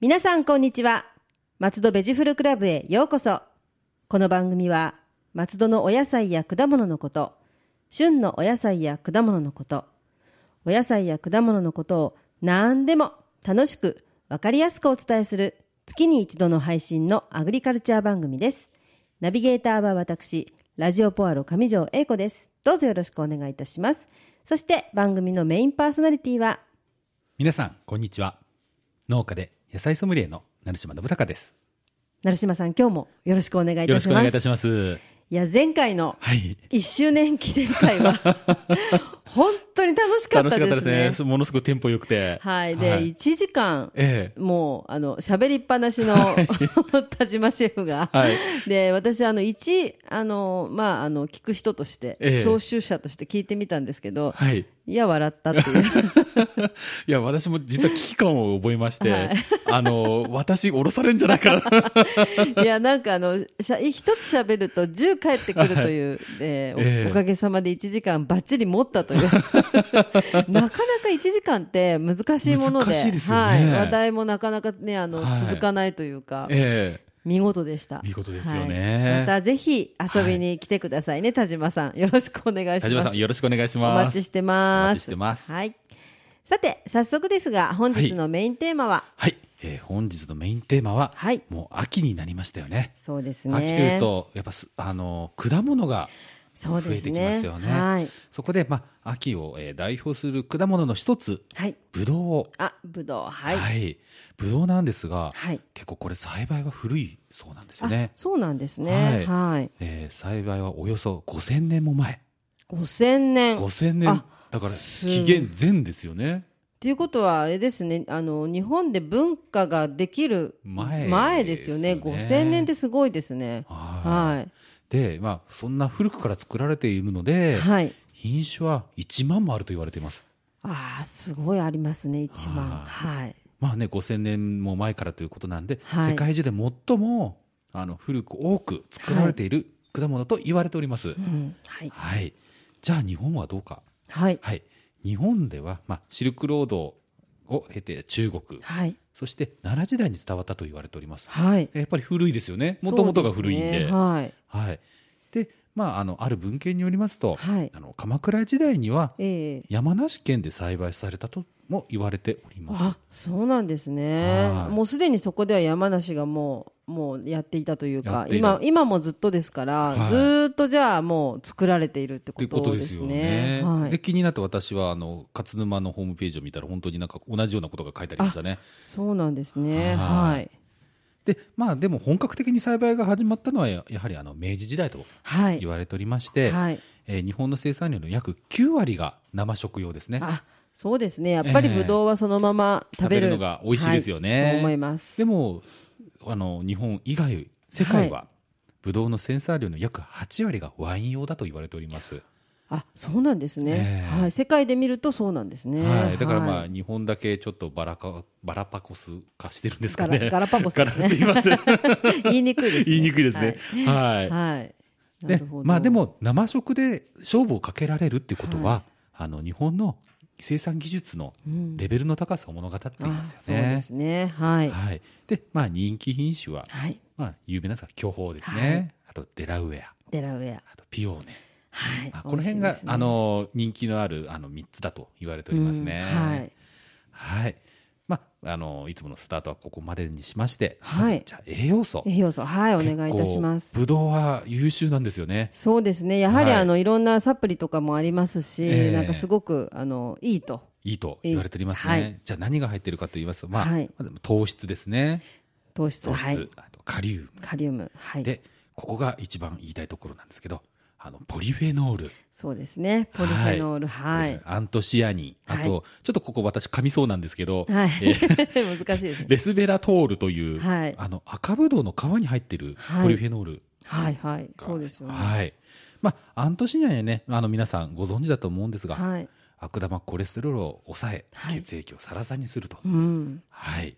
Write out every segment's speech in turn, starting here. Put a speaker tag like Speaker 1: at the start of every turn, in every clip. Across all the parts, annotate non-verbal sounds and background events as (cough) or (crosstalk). Speaker 1: 皆さんこんにちは松戸ベジフルクラブへようこそこの番組は松戸のお野菜や果物のこと旬のお野菜や果物のことお野菜や果物のことを何でも楽しくわかりやすくお伝えする月に一度の配信のアグリカルチャー番組ですナビゲーターは私ラジオポアロ上条英子ですどうぞよろしくお願いいたしますそして番組のメインパーソナリティは
Speaker 2: 皆さんこんにちは農家で野菜ソムリエの成島信孝です
Speaker 1: 成島さん今日もよろしくお願いい
Speaker 2: よろ
Speaker 1: た
Speaker 2: し
Speaker 1: し
Speaker 2: くお願
Speaker 1: ま
Speaker 2: いい
Speaker 1: す
Speaker 2: たします
Speaker 1: いや前回の
Speaker 2: はい
Speaker 1: 1周年記念会 (laughs) は本当に楽しかったですね
Speaker 2: ものすごくテンポ良くて
Speaker 1: はいで、1時間
Speaker 2: ええ
Speaker 1: もうあの喋りっぱなしの (laughs) 田島シェフが、
Speaker 2: はい
Speaker 1: で私あの一あのまああの聞く人として、
Speaker 2: ええ
Speaker 1: 聴取者として聞いてみたんですけど、
Speaker 2: はい
Speaker 1: いや笑ったっていう
Speaker 2: いや私も実は危機感を覚えまして、
Speaker 1: (laughs) はい
Speaker 2: あの私降ろされるんじゃないかな
Speaker 1: (laughs) いやなんかあのしゃ一つ喋ると10返ってくるという、でお
Speaker 2: (laughs) ええ
Speaker 1: おかげさまで1時間ばっちり持ったとい
Speaker 2: (laughs)
Speaker 1: うなかなか1時間って難しいもので
Speaker 2: 難しいですよね
Speaker 1: はい、話題もなかなかねあの、
Speaker 2: はい
Speaker 1: 続かないというか、
Speaker 2: え
Speaker 1: 見事でした
Speaker 2: 見事ですよね
Speaker 1: はいまたぜひ遊びに来てくださいね、田島さんよろしくお願いしま
Speaker 2: え
Speaker 1: す
Speaker 2: 田島さんよろしくお願いし
Speaker 1: お
Speaker 2: ます
Speaker 1: 待ちしてま
Speaker 2: お
Speaker 1: す
Speaker 2: 待ちしてます
Speaker 1: はいさて早速ですが本日のメインテーマは、
Speaker 2: はい、えー本日のメインテーマは、
Speaker 1: はい
Speaker 2: もう秋になりましたよね
Speaker 1: そうですね
Speaker 2: 秋というとやっぱすあの果物が
Speaker 1: そう
Speaker 2: 増
Speaker 1: で
Speaker 2: え
Speaker 1: す
Speaker 2: て
Speaker 1: ね
Speaker 2: きますよね
Speaker 1: はい、
Speaker 2: そこで、まあ、秋を、えー代表する果物の一つ
Speaker 1: はい、
Speaker 2: ぶどうを
Speaker 1: あぶどうは
Speaker 2: はいい、ぶどうなんですが、
Speaker 1: はい
Speaker 2: 結構これ栽培は古いそうなんですよね
Speaker 1: あ、そうなんですねはい、
Speaker 2: えー栽培はおよそ5000年も前
Speaker 1: 5000年
Speaker 2: 5000年
Speaker 1: あ
Speaker 2: だから
Speaker 1: す
Speaker 2: 紀元前ですよね
Speaker 1: ということはあれですねあの日本で文化ができる
Speaker 2: 前
Speaker 1: ですよね
Speaker 2: ですよね
Speaker 1: 5000年ってすごいですね
Speaker 2: は
Speaker 1: はい
Speaker 2: で、まあ、そんな古くから作られているので、
Speaker 1: いはい
Speaker 2: 品種は1万もあると言われています
Speaker 1: ああすごいありますね一番
Speaker 2: は
Speaker 1: はい
Speaker 2: まあね5000年も前からということなんで、
Speaker 1: はい
Speaker 2: 世界中で最もあの古く多く作られている果物と言われております、はい
Speaker 1: うんはい
Speaker 2: じゃあ日本はどうか
Speaker 1: はい
Speaker 2: はい、日本では、まあ、シルクロードを経て中国、
Speaker 1: はい
Speaker 2: そして奈良時代に伝わったと言われております。
Speaker 1: はい
Speaker 2: やっぱり古いですよね。もともとが古いん
Speaker 1: そう
Speaker 2: で。
Speaker 1: すねはい
Speaker 2: はい。で、まあ、あの、ある文献によりますと、
Speaker 1: はい
Speaker 2: あの、鎌倉時代には
Speaker 1: ええ
Speaker 2: 山梨県で栽培されたとも言われております。
Speaker 1: あそうなんですね
Speaker 2: はい
Speaker 1: もうすでにそこでは山梨がもうもうやっていたという
Speaker 2: や
Speaker 1: か
Speaker 2: っている
Speaker 1: 今今もずっとですから、
Speaker 2: はい
Speaker 1: ずーっとじゃあもう作られているっ
Speaker 2: と
Speaker 1: てこ
Speaker 2: いうこと
Speaker 1: と
Speaker 2: で
Speaker 1: ですす
Speaker 2: よね。
Speaker 1: ねはい
Speaker 2: で、気になって私は、あの、勝沼のホームページを見たら、本当になんか同じようなことが書いてありましたね。
Speaker 1: そうなんですねは
Speaker 2: はい
Speaker 1: い
Speaker 2: で、まあ、でも本格的に栽培が始まったのは、ややはりあの、明治時代と
Speaker 1: は
Speaker 2: 言
Speaker 1: い
Speaker 2: われておりまして、
Speaker 1: はい
Speaker 2: えー日本の生産量の約9割が生食用ですね。
Speaker 1: あそうですねやっぱり
Speaker 2: ええ
Speaker 1: ぶどうはそのまま食べ
Speaker 2: 食
Speaker 1: る
Speaker 2: べるのが美味しいですよね
Speaker 1: はいそう思います
Speaker 2: でもあの日本以外世界
Speaker 1: は
Speaker 2: はブドウの生産量の約8割がワイン用だと言われております。
Speaker 1: あそうなんですね、
Speaker 2: ええ
Speaker 1: はい、世界で見るとそうなんですね、
Speaker 2: はい、だからまあ、
Speaker 1: はい
Speaker 2: 日本だけちょっとバラかバラパコス化してるんですか
Speaker 1: ガラ
Speaker 2: ね。
Speaker 1: ガラパゴス (laughs) ですね
Speaker 2: ガラ (laughs) すいません。
Speaker 1: 言いにくいですね
Speaker 2: (laughs) 言いにくいですね。はい。
Speaker 1: はい、はいな
Speaker 2: で
Speaker 1: るほど
Speaker 2: まあでも生食で勝負をかけられるってことは、
Speaker 1: は
Speaker 2: あの日本の生産技術の
Speaker 1: うん
Speaker 2: レベルの高さを物語っていま
Speaker 1: あ
Speaker 2: す
Speaker 1: そう
Speaker 2: よ
Speaker 1: で
Speaker 2: ね。
Speaker 1: すねはいはい、
Speaker 2: はい。でまあ人気品種はまあ、有名なのが巨峰ですね、
Speaker 1: はい
Speaker 2: あとデラウェア
Speaker 1: デラウェア
Speaker 2: あとピオーネ、
Speaker 1: はい
Speaker 2: まあ、この辺が、
Speaker 1: 美味しいですね
Speaker 2: あの人気のあるあの3つだと言われておりますね、
Speaker 1: うんはい
Speaker 2: はい、まあ、あのいつものスタートはここまでにしまして、
Speaker 1: はい
Speaker 2: まずじゃあ栄養素
Speaker 1: 栄養素はいお願いいたします
Speaker 2: ぶどうは優秀なんですよね
Speaker 1: そうですねやはり
Speaker 2: はい
Speaker 1: あの、い、ろんなサプリとかもありますし、
Speaker 2: ええ
Speaker 1: なんかすごくあのいいと
Speaker 2: いいと言われておりますね、
Speaker 1: はい
Speaker 2: じゃあ何が入ってるかと言いますと、まあ
Speaker 1: はい
Speaker 2: まず糖質ですね
Speaker 1: 糖質
Speaker 2: 糖質、
Speaker 1: はい
Speaker 2: あとカリウム
Speaker 1: カリウムはい
Speaker 2: でここが一番言いたいところなんですけどあのポリフェノール
Speaker 1: そうですねポリフェノールはい、
Speaker 2: アントシアニン、あと、
Speaker 1: は
Speaker 2: ちょっとここ私噛みそうなんですけど、
Speaker 1: はい、
Speaker 2: えー
Speaker 1: (laughs) 難しいですね。
Speaker 2: レスベラトールという、
Speaker 1: はい
Speaker 2: あの赤ぶどうの皮に入ってる
Speaker 1: はい
Speaker 2: ポリフェノール
Speaker 1: はいはい、
Speaker 2: が、
Speaker 1: そうですよね。
Speaker 2: はい。まあ、アントシアニンはね、あの皆さんご存知だと思うんですが、
Speaker 1: はい、
Speaker 2: 悪玉コレステロールを抑え、
Speaker 1: はい
Speaker 2: 血液をサラサラにすると。
Speaker 1: うん、
Speaker 2: はい。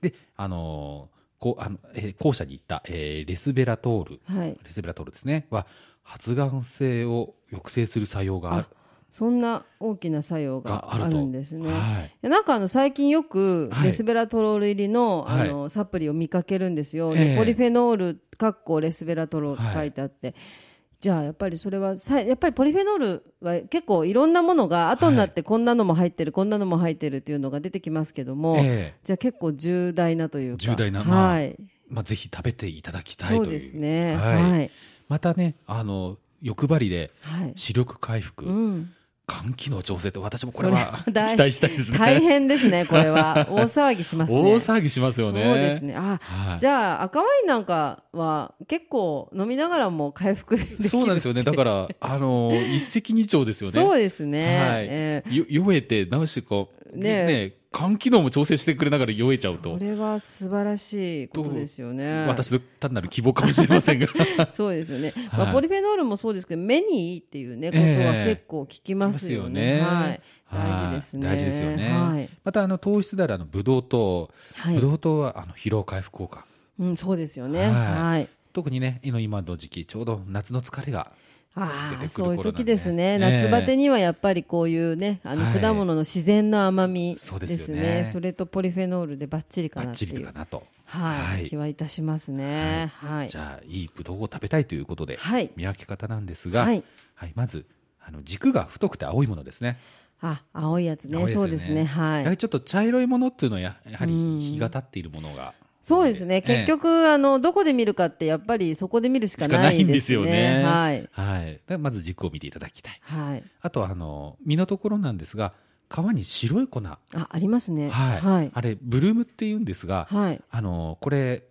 Speaker 2: で、あのーこうあのえー後者に行った、えーレスベラトール、
Speaker 1: はい。
Speaker 2: レスベラトールですね、は発がん性を抑制する作用がある。
Speaker 1: そんな大きな作用
Speaker 2: が
Speaker 1: が
Speaker 2: あ
Speaker 1: あ
Speaker 2: ると
Speaker 1: るんですね。
Speaker 2: はい
Speaker 1: いやなんかあの最近よく
Speaker 2: はい
Speaker 1: レスベラトロール入りの,、
Speaker 2: はい
Speaker 1: あのサプリを見かけるんですよ、
Speaker 2: ええ
Speaker 1: でポリフェノールかっこレスベラトロールって書いてあって、じゃあやっぱりそれはさやっぱりポリフェノールは結構いろんなものが後になってこんなのも入ってる、こんなのも入ってるっていうのが出てきますけども、
Speaker 2: ええ
Speaker 1: じゃあ結構重大なというか
Speaker 2: 重大なまあ
Speaker 1: はい、
Speaker 2: まあ、ぜひ食べていただきたいとい
Speaker 1: そううですね
Speaker 2: はい
Speaker 1: はい、
Speaker 2: またねあの欲張りで
Speaker 1: はい
Speaker 2: 視力回復、
Speaker 1: うん、
Speaker 2: 肝機能調整って私もこれは
Speaker 1: そ
Speaker 2: 期
Speaker 1: れは大
Speaker 2: 待したいですね
Speaker 1: 大変ですねこれは
Speaker 2: (laughs)
Speaker 1: 大騒ぎしますね
Speaker 2: 大騒ぎしますよね
Speaker 1: そうですねあ
Speaker 2: はい
Speaker 1: じゃあ赤ワインなんかは結構飲みながらも回復できる
Speaker 2: そうなんですよねだからあの一石二鳥ですよね
Speaker 1: そうですね、
Speaker 2: はい
Speaker 1: え
Speaker 2: よ酔えて何しこう
Speaker 1: ねえ
Speaker 2: ね肝機能も調整してくれながら酔えちゃう
Speaker 1: ーことれは素晴らしいことですよね
Speaker 2: 私の単なる希望かもしれませんが
Speaker 1: (laughs) そうですよね、
Speaker 2: はい
Speaker 1: まあ、ポリフェノールもそうですけど目にいいっていうねこと
Speaker 2: ええ
Speaker 1: は結構聞きますよ
Speaker 2: (laughs)
Speaker 1: ね,、
Speaker 2: 聞きます
Speaker 1: は
Speaker 2: よね
Speaker 1: い、大事ですね
Speaker 2: はい大事ですよね
Speaker 1: はい
Speaker 2: またあの糖質であるあのブドウ糖、
Speaker 1: はい
Speaker 2: ブドウ糖はあの疲労回復効果
Speaker 1: うん、そうですよ
Speaker 2: は
Speaker 1: ね
Speaker 2: い
Speaker 1: はい
Speaker 2: 特にね今の時期ちょうど夏の疲れが
Speaker 1: あ
Speaker 2: 出て
Speaker 1: あ
Speaker 2: くる
Speaker 1: そう
Speaker 2: 頃なんで
Speaker 1: いう時ですね、
Speaker 2: ね
Speaker 1: 夏バテにはやっぱりこういうねあ
Speaker 2: は
Speaker 1: の
Speaker 2: い
Speaker 1: 果物の自然の甘みです
Speaker 2: そう
Speaker 1: ね,、
Speaker 2: です
Speaker 1: そ
Speaker 2: よね
Speaker 1: れとポリフェノールでバッチリか
Speaker 2: バ
Speaker 1: な
Speaker 2: ッ
Speaker 1: って
Speaker 2: チ
Speaker 1: い
Speaker 2: リ
Speaker 1: う
Speaker 2: かなと、
Speaker 1: はい、
Speaker 2: はい
Speaker 1: 気はいたしますねはい
Speaker 2: じゃあいいブドウを食べたいということで、
Speaker 1: はい
Speaker 2: 見分け方なんですが、
Speaker 1: は
Speaker 2: はい
Speaker 1: い、
Speaker 2: まずあの軸が太くて青いものですね
Speaker 1: あ青いやつね
Speaker 2: 青いですよね
Speaker 1: そうですねは
Speaker 2: やはいりちょっと茶色いものっていうのはややはり日が経っているものが
Speaker 1: そうですね、
Speaker 2: ええ
Speaker 1: 結局、あのどこで見るかってやっぱりそこで見るしか
Speaker 2: しか
Speaker 1: な
Speaker 2: ない
Speaker 1: い
Speaker 2: んで
Speaker 1: ですすね
Speaker 2: よね。
Speaker 1: はい、
Speaker 2: はいでまず軸を見ていただきたい。
Speaker 1: はい、
Speaker 2: あとはあの実のところなんですが皮に白い粉、はい
Speaker 1: あありますねはい、
Speaker 2: あれブルームって言うんですが、
Speaker 1: はい
Speaker 2: あのこれ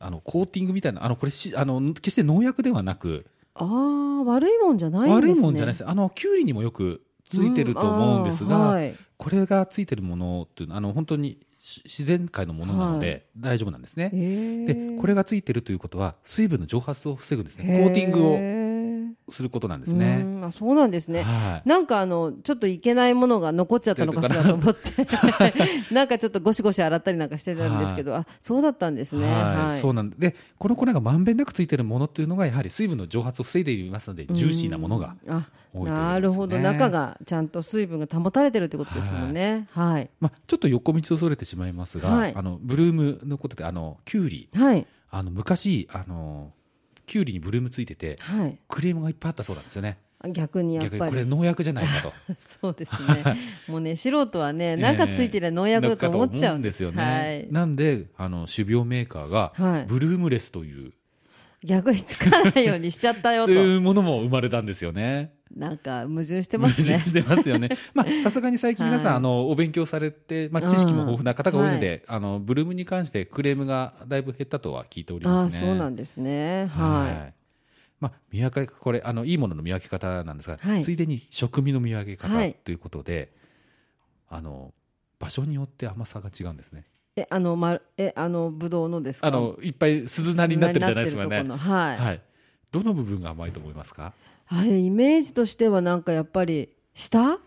Speaker 2: あのコーティングみたいなあのこれしあの決して農薬ではなく、
Speaker 1: ああ悪いもんじゃないんですね
Speaker 2: 悪いもんじゃないですあのきゅうりにもよくついてると思うんですが、
Speaker 1: あーはい
Speaker 2: これがついてるものっていうのはあの本当にし自然界のものなので大丈夫なんですね。でこ
Speaker 1: れ
Speaker 2: れがついてるということは水分の蒸発を防ぐんですねコーティング
Speaker 1: グ
Speaker 2: をすることなんで
Speaker 1: です
Speaker 2: ね。
Speaker 1: あそうなんですね
Speaker 2: はい
Speaker 1: なんかあのちょっといけないものが残っちゃったのかしらと思って
Speaker 2: (laughs)
Speaker 1: なんかちょっとゴシゴシ洗ったりなんかしてたんですけど、あそうだったんですね
Speaker 2: はい
Speaker 1: はい
Speaker 2: そうなんででこの粉がまんべんなくついてるものっていうのがやはり水分の蒸発を防いでいますのでジューシーなものが
Speaker 1: うんあ
Speaker 2: 多いということですね
Speaker 1: なるほど中がちゃんと水分が保たれてるってことですもんねはい
Speaker 2: まあ、ちょっと横道をそれてしまいますが、
Speaker 1: はい
Speaker 2: あのブルームのことであのキュウリ
Speaker 1: はい
Speaker 2: あの昔あのキュウリにブルームついてて
Speaker 1: はい
Speaker 2: クレームがいっぱいあったそうなんですよね
Speaker 1: あ逆にやっ
Speaker 2: 逆
Speaker 1: ぱ
Speaker 2: にこれ
Speaker 1: り
Speaker 2: 農薬じゃないか
Speaker 1: (laughs)
Speaker 2: と
Speaker 1: そうですね
Speaker 2: (laughs)
Speaker 1: もうね素人はねなんかついてりゃ農薬だと思っちゃうんです
Speaker 2: 農薬だと思うんですよね、なんであの種苗メーカーが
Speaker 1: はい
Speaker 2: ブルームレスという、
Speaker 1: はい、逆につかないようにしちゃったよ
Speaker 2: と
Speaker 1: と
Speaker 2: (laughs) いうものも生まれたんですよね
Speaker 1: なんか矛盾してます
Speaker 2: 矛
Speaker 1: ね
Speaker 2: 盾してます
Speaker 1: (laughs)
Speaker 2: よね。まあ、さすがに最近皆さん、
Speaker 1: はい
Speaker 2: あの、お勉強されて、まあ、知識も豊富な方が多いので、あの、ブルームに関してクレームがだいぶ減ったとは聞いており
Speaker 1: あ
Speaker 2: ま
Speaker 1: あ
Speaker 2: す
Speaker 1: そ
Speaker 2: ね。
Speaker 1: うなんです
Speaker 2: は
Speaker 1: ね
Speaker 2: い。
Speaker 1: は
Speaker 2: まあ、見分け、これ、あの、いいものの見分け方なんですが、
Speaker 1: はい
Speaker 2: ついでに食味の見分け方
Speaker 1: はい
Speaker 2: ということで、あの、場所によって甘さが違うんですね。
Speaker 1: い。えあのまえあのブドウのですか。
Speaker 2: あの、いっぱい鈴なりになってるじゃないですか
Speaker 1: 鈴なりにな
Speaker 2: ね。
Speaker 1: ってるとこのはい。
Speaker 2: はい。どの部分が甘いと思いますか
Speaker 1: はいイメージとしてはなんかやっぱり下。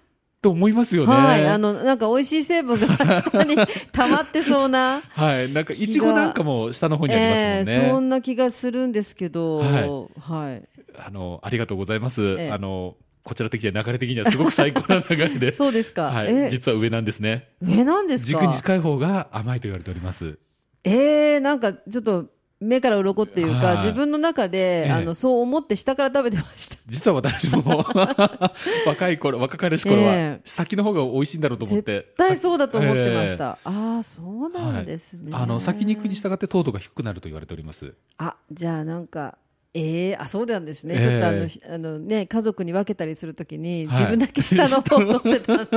Speaker 2: と思いますよね。
Speaker 1: はいあのなんか美味しい成分が (laughs) 下に溜まってそうな。
Speaker 2: はい。なんか、いちごなんかも下の方にありますもんね。
Speaker 1: えーそんな気がするんですけど、はい、
Speaker 2: あの、ありがとうございます。
Speaker 1: ええ
Speaker 2: あの、こちら的には流れ的にはすごく最高な流れで。
Speaker 1: そうですか。
Speaker 2: は
Speaker 1: え
Speaker 2: い。実は上なんですね。
Speaker 1: 上なんですか。
Speaker 2: 軸に近い方が甘いと言われております。
Speaker 1: えー、なんかちょっと目から鱗っていうか、
Speaker 2: はい
Speaker 1: 自分の中で、
Speaker 2: ええ
Speaker 1: あのそう思って下から食べてました。
Speaker 2: 実は私も (laughs) 若い頃、若かりし頃は、
Speaker 1: ええ
Speaker 2: 先の方が美味しいんだろうと思って。
Speaker 1: 絶対そうだと思ってました、ああそうなんですね、
Speaker 2: あの、先に行くに従って糖度が低くなると言われております。
Speaker 1: あじゃあなんかええあそうなんですね、
Speaker 2: ええ
Speaker 1: ちょっとあのひあのね家族に分けたりするときに
Speaker 2: はい
Speaker 1: 自分だけ下の (laughs) 方を取ってた、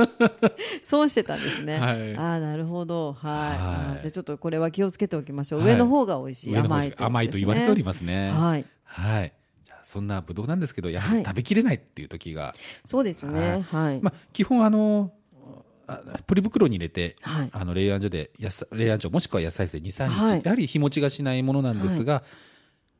Speaker 1: 損してたんですね、
Speaker 2: はい
Speaker 1: ああなるほどはい
Speaker 2: はい
Speaker 1: あーじゃあちょっとこれは気をつけておきましょう、
Speaker 2: はい
Speaker 1: 上の方が美味しい
Speaker 2: 上の方
Speaker 1: 甘
Speaker 2: が
Speaker 1: いってことですね
Speaker 2: 甘いと言われておりますね。はい。
Speaker 1: はい
Speaker 2: じゃあそんなブドウなんですけど、やは
Speaker 1: は
Speaker 2: り
Speaker 1: い
Speaker 2: 食べきれないっていう時が、
Speaker 1: そうですよねはい、
Speaker 2: まあ、基本あの、あポリ袋に入れて、
Speaker 1: はい
Speaker 2: あの冷暗所で野菜冷暗所もしくは野菜室で23日、
Speaker 1: はい
Speaker 2: やはり日持ちがしないものなんですが、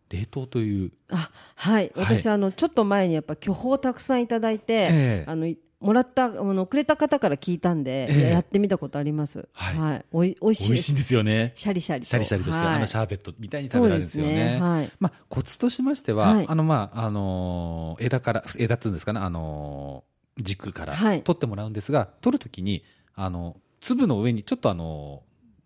Speaker 2: 冷凍という、
Speaker 1: あはい
Speaker 2: はい
Speaker 1: 私、あのちょっと前にやっぱ巨峰をたくさんいただいて、
Speaker 2: ええ
Speaker 1: あのいもらったあのくれた方から聞いたんで、
Speaker 2: ええ
Speaker 1: やってみたことあります。
Speaker 2: はい
Speaker 1: おいおいしい
Speaker 2: 美
Speaker 1: で
Speaker 2: 味しい
Speaker 1: す
Speaker 2: んですよね。
Speaker 1: シャリシャリと
Speaker 2: シャリシャリとして、
Speaker 1: はい
Speaker 2: あのシャーベットみたいに食べられるんですよ
Speaker 1: そうで
Speaker 2: ね。
Speaker 1: すねはい
Speaker 2: まあ、コツとしましては、
Speaker 1: はい
Speaker 2: あのまああのー枝から枝っていうんですかね、あのー軸から
Speaker 1: はい
Speaker 2: 取ってもらうんですが、取るときにあの粒の上にちょっとあの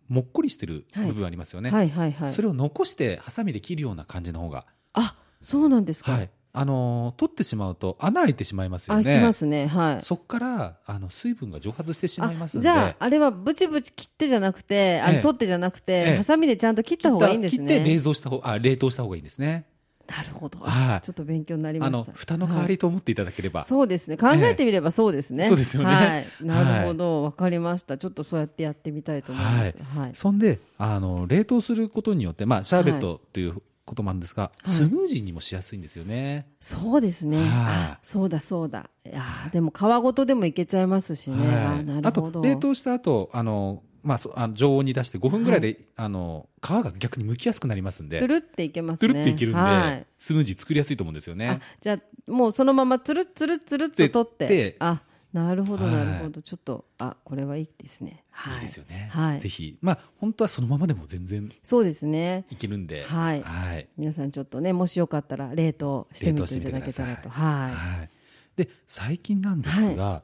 Speaker 2: もっこりしてる部分ありますよね、
Speaker 1: はいはいはい
Speaker 2: それを残してハサミで切るような感じの方が、
Speaker 1: あそうなんですか、
Speaker 2: はいあのー取ってしまうと穴開いてしまいますよ
Speaker 1: あ
Speaker 2: ね
Speaker 1: 言ってますねはい
Speaker 2: そこからあの水分が蒸発してしまいます
Speaker 1: あ
Speaker 2: ので
Speaker 1: じゃああれはブチブチ切ってじゃなくてあ
Speaker 2: え
Speaker 1: の
Speaker 2: え
Speaker 1: 取ってじゃなくて、
Speaker 2: ええ
Speaker 1: ハサミでちゃんと切った方がいいんです
Speaker 2: 切った切って冷
Speaker 1: ね
Speaker 2: 蔵した方あ冷凍した方がいいんですね
Speaker 1: なるほど、
Speaker 2: はい
Speaker 1: ちょっと勉強になりま
Speaker 2: あ
Speaker 1: した
Speaker 2: の蓋の代わ
Speaker 1: はい
Speaker 2: りと思っていただければ、
Speaker 1: そうですね考えてみればそうですね、
Speaker 2: そうですよね
Speaker 1: はい、なるほど、わかりましたちょっとそうやってやってみたいと思いますはい、
Speaker 2: そんであの冷凍することによって、まあ、シャーベットということもあるんですが、
Speaker 1: はい
Speaker 2: スムージーにもしやすいんですよね、
Speaker 1: そうですね
Speaker 2: はい
Speaker 1: あそうだそうだいやーでも皮ごとでもいけちゃいますしね、あ
Speaker 2: は
Speaker 1: ー
Speaker 2: い
Speaker 1: な
Speaker 2: あ
Speaker 1: るほ
Speaker 2: と
Speaker 1: ど
Speaker 2: 冷凍した後あのまあそあの常温に出して5分ぐらいで、あの皮が逆に剥きやすくなりますんで
Speaker 1: トゥルっていけます
Speaker 2: つ
Speaker 1: ね
Speaker 2: るっていけるんで、
Speaker 1: はい
Speaker 2: スムージー作りやすいと思うんですよね
Speaker 1: あじゃあもうそのままつるつるつるっと取って
Speaker 2: で
Speaker 1: あなるほど
Speaker 2: はい
Speaker 1: なるほどちょっとあこれはいいですね、はい
Speaker 2: いいですよね、
Speaker 1: はい
Speaker 2: ぜひまあ本当はそのままでも全然
Speaker 1: そうですね
Speaker 2: いけるんでは
Speaker 1: はい皆さんちょっとねもしよかったら冷凍してみていただけたらとはい、
Speaker 2: はいで最近なんですが、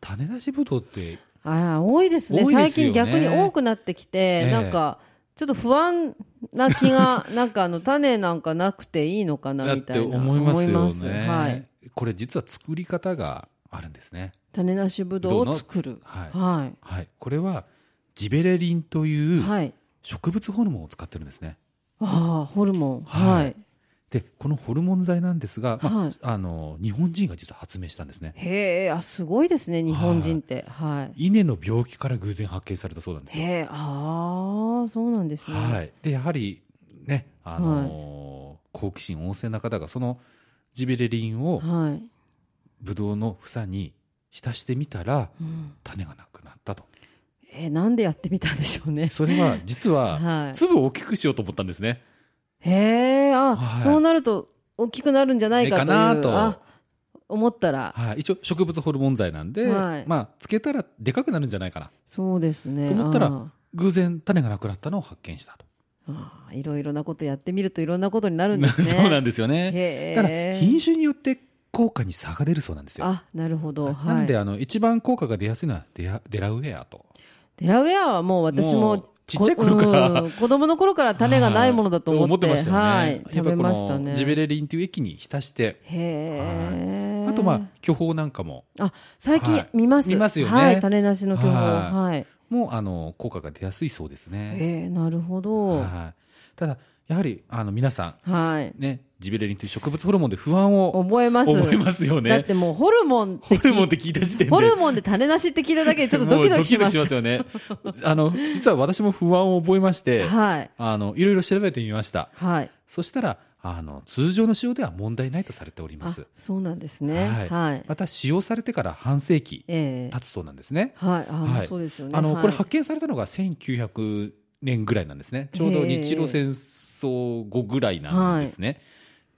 Speaker 2: 種なしぶどうって
Speaker 1: ああ多いですね
Speaker 2: 多いですよね
Speaker 1: 最近逆に多くなってきて、
Speaker 2: ええ
Speaker 1: なんかちょっと不安な気
Speaker 2: (laughs)
Speaker 1: がなんかあの種なんかなくていいのかな
Speaker 2: だっ
Speaker 1: みた
Speaker 2: て
Speaker 1: いな
Speaker 2: 思いますよね
Speaker 1: はい、
Speaker 2: これ実は作り方があるんですね
Speaker 1: 種なしぶどうを作る
Speaker 2: はい
Speaker 1: は
Speaker 2: はいこれはジベレリンとい
Speaker 1: い、
Speaker 2: う
Speaker 1: はい、
Speaker 2: 植物ホルモンを使ってるんですね
Speaker 1: ああホルモンはい、
Speaker 2: はいでこのホルモン剤なんですが、まあ
Speaker 1: はい
Speaker 2: あの日本人が実は発明したんですね
Speaker 1: へえあすごいですね日本人ってはい、
Speaker 2: 稲の病気から偶然発見されたそうなんですよ
Speaker 1: へえああそうなんですね
Speaker 2: はい、でやはりね、あのー好奇心旺盛な方がそのジベレリンを
Speaker 1: はい
Speaker 2: ブドウの房に浸してみたら
Speaker 1: うん
Speaker 2: 種がなくなったと
Speaker 1: えなんでやってみたんでしょうね
Speaker 2: それは実は
Speaker 1: はい
Speaker 2: 粒を大きくしようと思ったんですね。
Speaker 1: へえあ、
Speaker 2: はい
Speaker 1: そうなると大きくなるんじゃないかという
Speaker 2: ねかなと
Speaker 1: あ思ったら
Speaker 2: はい、一応植物ホルモン剤なんで、
Speaker 1: はい
Speaker 2: まあつけたらでかくなるんじゃないかな
Speaker 1: そうですね
Speaker 2: と思ったら
Speaker 1: あ
Speaker 2: 偶然種がなくなったのを発見したと、
Speaker 1: あいろいろなことやってみるといろんなことになるんですね
Speaker 2: (laughs) そうなん
Speaker 1: で
Speaker 2: ですよね。
Speaker 1: へ
Speaker 2: ただ
Speaker 1: え
Speaker 2: 品種によって効果に差が出るそうなんですよ。
Speaker 1: あなるほど、はい、
Speaker 2: なんであの一番効果が出やすいのはデラデラウェアと
Speaker 1: デラウェアはもう私
Speaker 2: も
Speaker 1: も
Speaker 2: うちっちゃい頃から
Speaker 1: うん子供の頃から種がないものだと思って,、
Speaker 2: はい
Speaker 1: はい、
Speaker 2: ましたよね。やっ
Speaker 1: 食
Speaker 2: ぱ
Speaker 1: べ
Speaker 2: こ
Speaker 1: ました
Speaker 2: の
Speaker 1: ね
Speaker 2: ジベレリンという液に浸して、
Speaker 1: へえ、
Speaker 2: あとまあ巨峰なんかも、
Speaker 1: あ最
Speaker 2: は
Speaker 1: 近
Speaker 2: い
Speaker 1: 見ます、
Speaker 2: 見ますよね
Speaker 1: はい種なしの巨峰
Speaker 2: は
Speaker 1: はいい、
Speaker 2: もうあの効果が出やすいそうですね。
Speaker 1: えー、なるほどは
Speaker 2: はい。ただやはりあの皆さ
Speaker 1: い、
Speaker 2: んね、ジベレリンという植物ホルモンで不安を
Speaker 1: 覚えます
Speaker 2: 覚えますよ
Speaker 1: だっ
Speaker 2: ね。
Speaker 1: てもうホルモンっ
Speaker 2: ホ
Speaker 1: て聞い
Speaker 2: ルモンって聞いた時点で。
Speaker 1: ホルモンで種なしって聞いただけでちょっとドキドキします
Speaker 2: もうドキドキしますよね。あの、実は私も不安を覚えまして、
Speaker 1: はい
Speaker 2: あの、いろいろ調べてみました。
Speaker 1: はい
Speaker 2: そしたら、あの、通常の塩では問題ないとされておりま
Speaker 1: あ
Speaker 2: す。
Speaker 1: そうなんですね
Speaker 2: は
Speaker 1: はいい、
Speaker 2: また使用されてから半世紀
Speaker 1: ええ
Speaker 2: 経つそうなんですね。
Speaker 1: はいあ、
Speaker 2: はい
Speaker 1: そうですよね
Speaker 2: あの、
Speaker 1: はい
Speaker 2: これ発見されたのが1900年ぐらいなんですね。ちょうど日露戦争後ぐらいなんですね。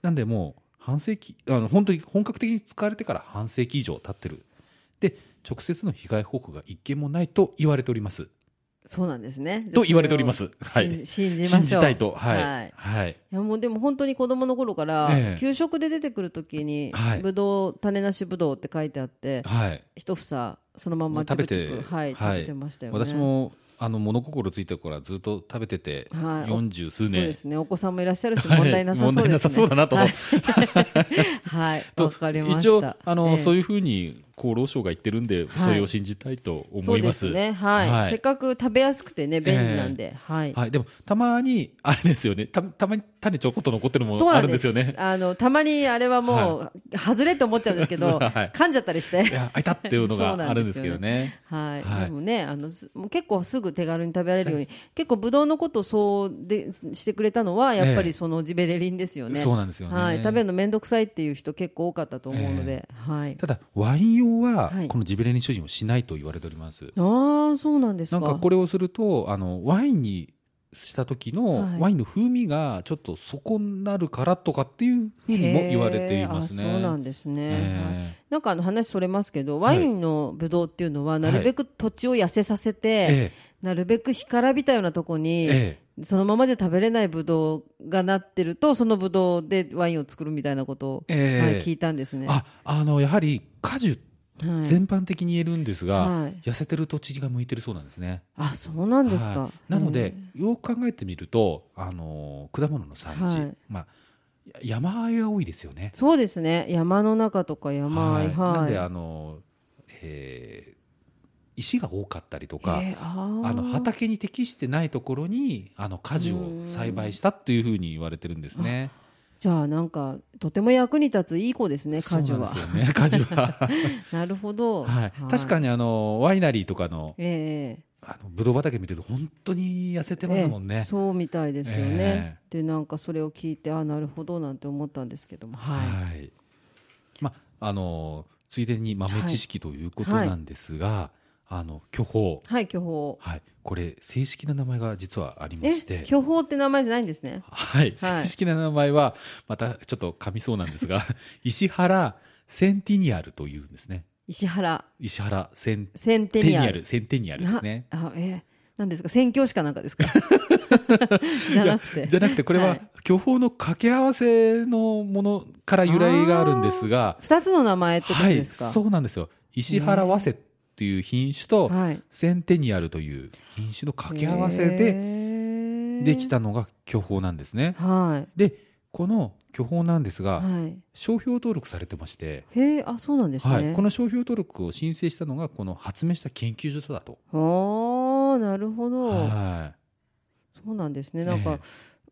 Speaker 2: なんでもう半世紀、あの、本当に本格的に使われてから半世紀以上経ってる。で、直接の被害報告が一件もないと言われております。
Speaker 1: そうなんですね
Speaker 2: と言われております。は
Speaker 1: はい
Speaker 2: (laughs) い。
Speaker 1: 信じましょう
Speaker 2: 信じたいと。はい。
Speaker 1: は
Speaker 2: はいい。はい。
Speaker 1: いやもうでも本当に子供の頃から、
Speaker 2: ええ
Speaker 1: 給食で出てくる時に、
Speaker 2: はい
Speaker 1: ぶどう種なしぶどうって書いてあって一房そのまんまチ
Speaker 2: 食
Speaker 1: ュ
Speaker 2: べ
Speaker 1: プチュ
Speaker 2: て、
Speaker 1: プはい、食べてましたよね
Speaker 2: 私も、あの、物心ついた頃はずっと食べてて、
Speaker 1: はい
Speaker 2: 四十数
Speaker 1: そうで
Speaker 2: 年。
Speaker 1: すねお子さんもいらっしゃるし
Speaker 2: はい
Speaker 1: 問題なさそうですね、
Speaker 2: 問題なさそうだなと
Speaker 1: はい
Speaker 2: (laughs)
Speaker 1: はい
Speaker 2: と
Speaker 1: わかりました
Speaker 2: 一応、あの、そう
Speaker 1: いう
Speaker 2: いうふうに厚労省が言ってるんで、
Speaker 1: い
Speaker 2: それを信じたいと思います。
Speaker 1: そうですねはい、
Speaker 2: はい
Speaker 1: せっかく食べやすくてね便利なんで、はい、
Speaker 2: はい。でも、たまに、あれですよね。た、たまに種ちょこっと残ってるも
Speaker 1: そう
Speaker 2: のあ
Speaker 1: な
Speaker 2: る
Speaker 1: ん
Speaker 2: んで
Speaker 1: で
Speaker 2: すすよね。
Speaker 1: あのたまにあれはもう、外れって思っちゃうんですけど、
Speaker 2: (laughs) はい
Speaker 1: 噛んじゃったりして
Speaker 2: い
Speaker 1: (laughs)
Speaker 2: や、あいたっていうの
Speaker 1: そ
Speaker 2: が
Speaker 1: うな
Speaker 2: あ
Speaker 1: んですよね
Speaker 2: るんですけどね。
Speaker 1: はい、
Speaker 2: はい
Speaker 1: でもねあのすもう結構すぐ手軽に食べられるように結構ぶどうのことをそうでしてくれたのはやっぱ
Speaker 2: ええ
Speaker 1: りそのジベレリンですよね、
Speaker 2: そうなんですよね
Speaker 1: はい、食べるの面倒くさいっていう人結構多かったと思うので、はい、
Speaker 2: ただ、ワイン用は
Speaker 1: は、い
Speaker 2: このジベレニン所持をしないと言われております。
Speaker 1: ああそうなんです
Speaker 2: な
Speaker 1: か
Speaker 2: んかこれをするとあのワインにした時
Speaker 1: は
Speaker 2: の
Speaker 1: い
Speaker 2: ワインの風味がちょっと損なるからとかっていうふうにも言われていますね。
Speaker 1: へーあそうなんですね、はい
Speaker 2: え
Speaker 1: なんかあの話それますけどワインのぶどうっていうのはなるべく土地を痩せさせて、
Speaker 2: ええ
Speaker 1: なるべく干からびたようなとこ
Speaker 2: え
Speaker 1: に、
Speaker 2: え
Speaker 1: そのままじゃ食べれないぶどうがなってるとそのぶどうでワインを作るみたいなことを、
Speaker 2: ええ
Speaker 1: はい、聞いたんですね。
Speaker 2: ああのやはり果樹
Speaker 1: はい
Speaker 2: 全般的に言えるんですが、
Speaker 1: はい
Speaker 2: 痩せてると地が向いてるそうなんですね。
Speaker 1: あそうなんですか、
Speaker 2: はいなので
Speaker 1: うん、
Speaker 2: よく考えてみると、あのー果物の産地、
Speaker 1: はい
Speaker 2: まあ、や山あいが多いですよね。
Speaker 1: そうですね山の中とか山あいはい
Speaker 2: なんで、あのーえー石が多かったりとか、
Speaker 1: えーあ
Speaker 2: あの
Speaker 1: ー
Speaker 2: 畑に適してないところにあの果樹を栽培したというふうに言われてるんですね。
Speaker 1: じゃあなんかとても役に立ついい子ですね
Speaker 2: そう
Speaker 1: 果樹
Speaker 2: なんで
Speaker 1: は
Speaker 2: すよね。 (laughs) 果樹
Speaker 1: (laughs)
Speaker 2: は、
Speaker 1: なるほど、
Speaker 2: はい、確か
Speaker 1: に
Speaker 2: にあのワイナリーとかの
Speaker 1: ええ
Speaker 2: あのブドウ畑見てると本当に痩せてますもん
Speaker 1: ええ
Speaker 2: ね。
Speaker 1: そうみたいですよね
Speaker 2: え、
Speaker 1: でなんかそれを聞いてあなるほどなんて思ったんですけどもは
Speaker 2: は
Speaker 1: い、
Speaker 2: い。まあのついでに豆知識ということ
Speaker 1: はい
Speaker 2: なんですが、あの巨峰、
Speaker 1: はい、巨峰
Speaker 2: はい、これ正式な名前が実はありまして
Speaker 1: え、巨峰って名前じゃないんですね
Speaker 2: はい、
Speaker 1: はい
Speaker 2: 正式な名前はまたちょっと噛みそうなん
Speaker 1: (laughs)
Speaker 2: ですが、石原センティニアルというんですね。
Speaker 1: 石原
Speaker 2: 石原セン
Speaker 1: セン
Speaker 2: テ
Speaker 1: テ
Speaker 2: ィニ
Speaker 1: ニ
Speaker 2: ア
Speaker 1: アル
Speaker 2: ル、センティニアルですね。
Speaker 1: なあええなんですか宣教師かなん
Speaker 2: (laughs)
Speaker 1: かですかじゃなくて
Speaker 2: じゃなくて、これ
Speaker 1: は
Speaker 2: はい巨峰の掛け合わせのものから由来があるんですが、
Speaker 1: 二つの名前ってこと
Speaker 2: は
Speaker 1: で
Speaker 2: い、
Speaker 1: すか、
Speaker 2: そうなんですよ。石原早生っていう品種と、
Speaker 1: はい
Speaker 2: センテニアルという品種の掛け合わせで
Speaker 1: で
Speaker 2: できたのが巨峰なんですね。
Speaker 1: はい
Speaker 2: で、この巨峰なんですが、
Speaker 1: はい
Speaker 2: 商標登録されてまして、
Speaker 1: へえあそうなんですね、
Speaker 2: はい、この商標登録を申請したのがこの発明した研究所だと。
Speaker 1: ああなるほど、
Speaker 2: はい
Speaker 1: そうなんですねなん
Speaker 2: え
Speaker 1: か
Speaker 2: え、